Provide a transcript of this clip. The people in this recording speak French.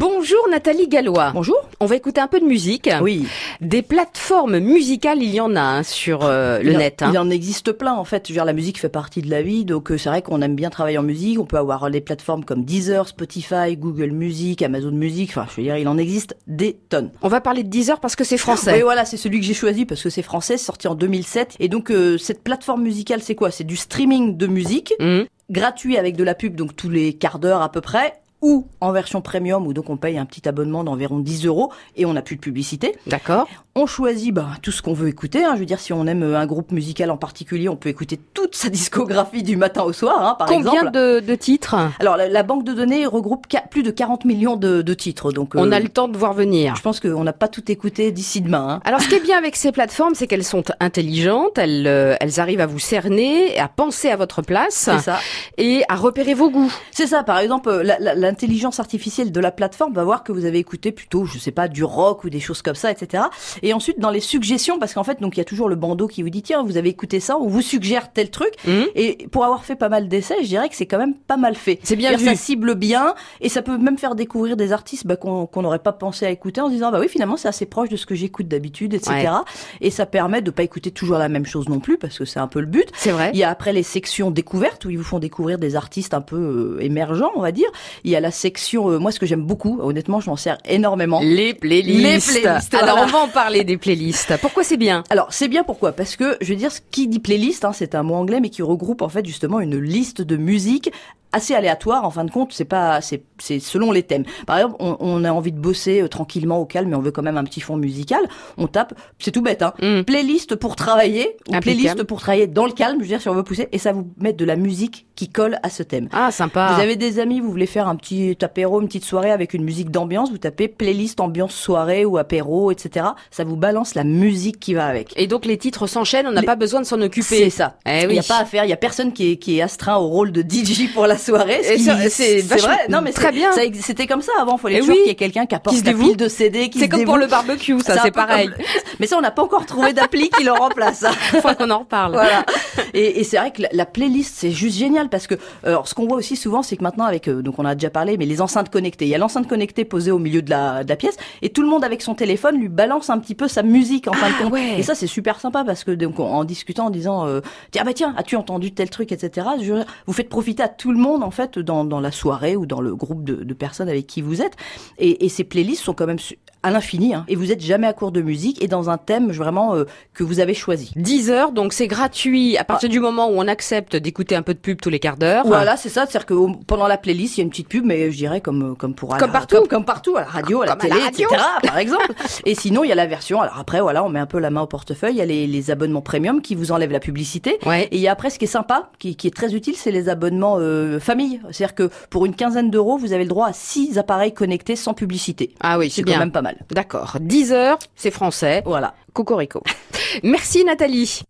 Bonjour Nathalie Gallois. Bonjour. On va écouter un peu de musique. Oui. Des plateformes musicales, il y en a hein, sur euh, le il en- net. hein. Il en existe plein en fait. Je veux dire, la musique fait partie de la vie, donc euh, c'est vrai qu'on aime bien travailler en musique. On peut avoir des plateformes comme Deezer, Spotify, Google Music, Amazon Music. Enfin, je veux dire, il en existe des tonnes. On va parler de Deezer parce que c'est français. Oui, voilà, c'est celui que j'ai choisi parce que c'est français, c'est sorti en 2007. Et donc, euh, cette plateforme musicale, c'est quoi C'est du streaming de musique Mmh. gratuit avec de la pub, donc tous les quarts d'heure à peu près, ou en version premium, où donc on paye un petit abonnement d'environ 10 euros et on n'a plus de publicité. D'accord. On choisit bah, tout ce qu'on veut écouter. hein. Je veux dire, si on aime euh, un groupe musical en particulier, on peut écouter toute sa discographie du matin au soir, hein, par Combien exemple. de, de titres Alors, la, la banque de données regroupe ca- plus de 40 millions de, de titres. Donc, On euh, a le temps de voir venir. je pense qu'on n'a pas tout écouté d'ici demain. hein. Alors, ce qui est bien avec ces plateformes, c'est qu'elles sont intelligentes, elles, euh, elles arrivent à vous cerner, à penser à votre place C'est ça. et à repérer vos goûts. C'est ça, par exemple, euh, la- la- l'intelligence artificielle de la plateforme va voir que vous avez écouté plutôt, je sais pas, du rock ou des choses comme ça, etc. Et ensuite, dans les suggestions, parce qu'en fait, donc il y a toujours le bandeau qui vous dit tiens, vous avez écouté ça, on vous suggère tel truc. Mhm. Et pour avoir fait pas mal d'essais, je dirais que c'est quand même pas mal fait. C'est bien C'est-à-dire, vu. Ça cible bien et ça peut même faire découvrir des artistes bah, qu'on qu'on n'aurait pas pensé à écouter en se disant bah oui, finalement, c'est assez proche de ce que j'écoute d'habitude, etc. Ouais. Et ça permet de pas écouter toujours la même chose non plus, parce que c'est un peu le but. C'est vrai. Il y a après les sections découvertes où ils vous font découvrir des artistes un peu euh, émergents, on va dire. Il y a la section, euh, moi ce que j'aime beaucoup, honnêtement je m'en sers énormément. Les playlists. Les playlists, Alors, voilà. on va en parler des playlists. Pourquoi c'est bien Alors c'est bien pourquoi Parce que je veux dire, ce qui dit playlist, hein, c'est un mot anglais, mais qui regroupe en fait justement une liste de musique assez aléatoire. En fin de compte, c'est pas, c'est, c'est selon les thèmes. Par exemple, on, on a envie de bosser euh, tranquillement au calme, mais on veut quand même un petit fond musical. On tape, c'est tout bête, hein, Mm. playlist pour travailler ou Impeccable. playlist pour travailler dans le calme. Je veux dire, si on veut pousser, et ça vous met de la musique qui colle à ce thème. Ah, sympa. Vous avez des amis, vous voulez faire un petit apéro, une petite soirée avec une musique d'ambiance, vous tapez playlist ambiance soirée ou apéro, etc. Ça vous balance la musique qui va avec. Et donc, les titres s'enchaînent, on n'a Les- pas besoin de s'en occuper. C'est ça. Eh Il oui. n'y a pas à faire, il n'y a personne qui est, qui est astreint au rôle de DJ pour la soirée. ce Et qui- ça, c'est vachement- vrai. Non, mais très c'est- bien. ça ex- C'était comme ça avant. Il fallait Eh toujours oui. qu'il y ait quelqu'un qui apporte Qui se la dévoue. pile de CD. qui C'est se comme pour dévoue. le barbecue, ça, un c'est peu comme pareil. le- Mais ça, on n'a pas encore trouvé d'appli qui le remplace. hein. Faut qu'on en reparle. Voilà. Et, et c'est vrai que la, la playlist, c'est juste génial parce que euh, alors, ce qu'on voit aussi souvent, c'est que maintenant, avec euh, donc on en a déjà parlé, mais les enceintes connectées, il y a l'enceinte connectée posée au milieu de la, de la pièce et tout le monde avec son téléphone lui balance un petit peu sa musique en fin de compte. Ah ouais. Et ça, c'est super sympa parce que donc, en, en discutant, en disant euh, tiens, bah tiens, as-tu entendu tel truc, etc. Je- vous faites profiter à tout le monde en fait dans, dans la soirée ou dans le groupe de, de personnes avec qui vous êtes. Et, et ces playlists sont quand même su- à l'infini hein. et vous êtes jamais à court de musique et dans un thème vraiment euh, que vous avez choisi. 10 heures, donc c'est gratuit à partir du moment où on accepte d'écouter un peu de pub tous les quarts d'heure. Ah. Voilà, c'est ça. C'est-à-dire que au- pendant la playlist, il y a une petite pub, mais je dirais comme, euh, comme pour à Comme la- partout. Comme, comme partout, à la radio, à la Comme à télé, la radio. etc., par exemple. Et sinon, il y a la version. Alors après, voilà, on met un peu la main au portefeuille. Il y a les, les abonnements premium qui vous enlèvent la publicité. Ouais. Et il y a après ce qui est sympa, qui, qui est très utile, c'est les abonnements euh, famille. C'est-à-dire que pour une quinzaine d'euros, vous avez le droit à six appareils connectés sans publicité. Ah oui, C'est c'est quand bien. même pas mal. D'accord. 10 heures, c'est français. Voilà. Cocorico. Merci Nathalie.